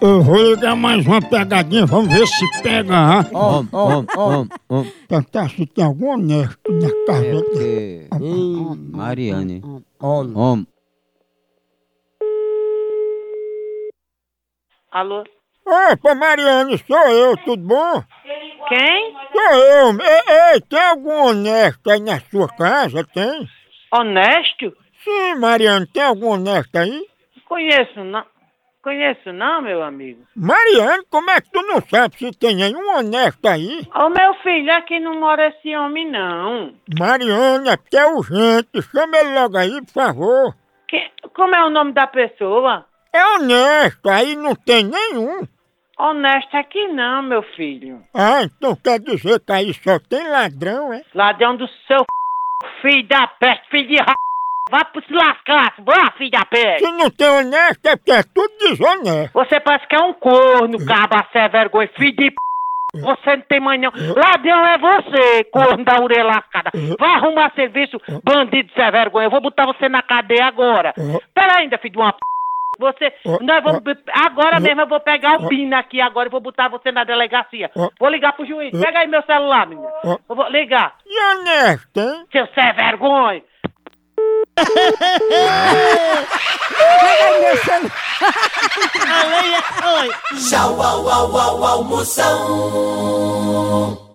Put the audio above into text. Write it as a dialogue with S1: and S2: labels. S1: vou ligar mais uma pegadinha, vamos ver se pega. ah.
S2: Om, om, om, om.
S1: Tentar se tem algum honesto na casa.
S2: Porque- Mariane. Om.
S3: Alô?
S1: Opa, Mariane, sou eu, tudo bom?
S3: Quem?
S1: Sou eu. Ei, ei, tem algum honesto aí na sua casa, tem?
S3: Honesto?
S1: Sim, Mariane, tem algum honesto aí?
S3: Conheço não. Conheço não, meu amigo.
S1: Mariane, como é que tu não sabe se tem nenhum honesto aí?
S3: Ô meu filho, aqui não mora esse homem não.
S1: Mariane, é porque é urgente, chama ele logo aí, por favor.
S3: Que- como é o nome da pessoa?
S1: É honesto, aí não tem nenhum.
S3: Honesto aqui não, meu filho.
S1: Ah, então quer dizer que aí só tem ladrão, é?
S3: Ladrão do seu f... filho da peste, filho de ra... Vá pro se lascar, vá, filho da peste.
S1: Se não tem honesto, é porque é tudo desonesto.
S3: Você parece que é um corno, cabaça, é vergonha, filho de p... Você não tem mãe não. Ladrão é você, corno da orelha lascada. Vai arrumar serviço, bandido sem vergonha. Eu vou botar você na cadeia agora. Pera ainda, filho de uma p... Você, nós vamos, agora mesmo eu vou pegar o pino aqui agora e vou botar você na delegacia. Vou ligar pro juiz. Pega aí meu celular, menina. Eu vou ligar.
S1: E honesto, hein?
S3: Seu sem vergonha.
S4: Tchau, au, au, au, almoção.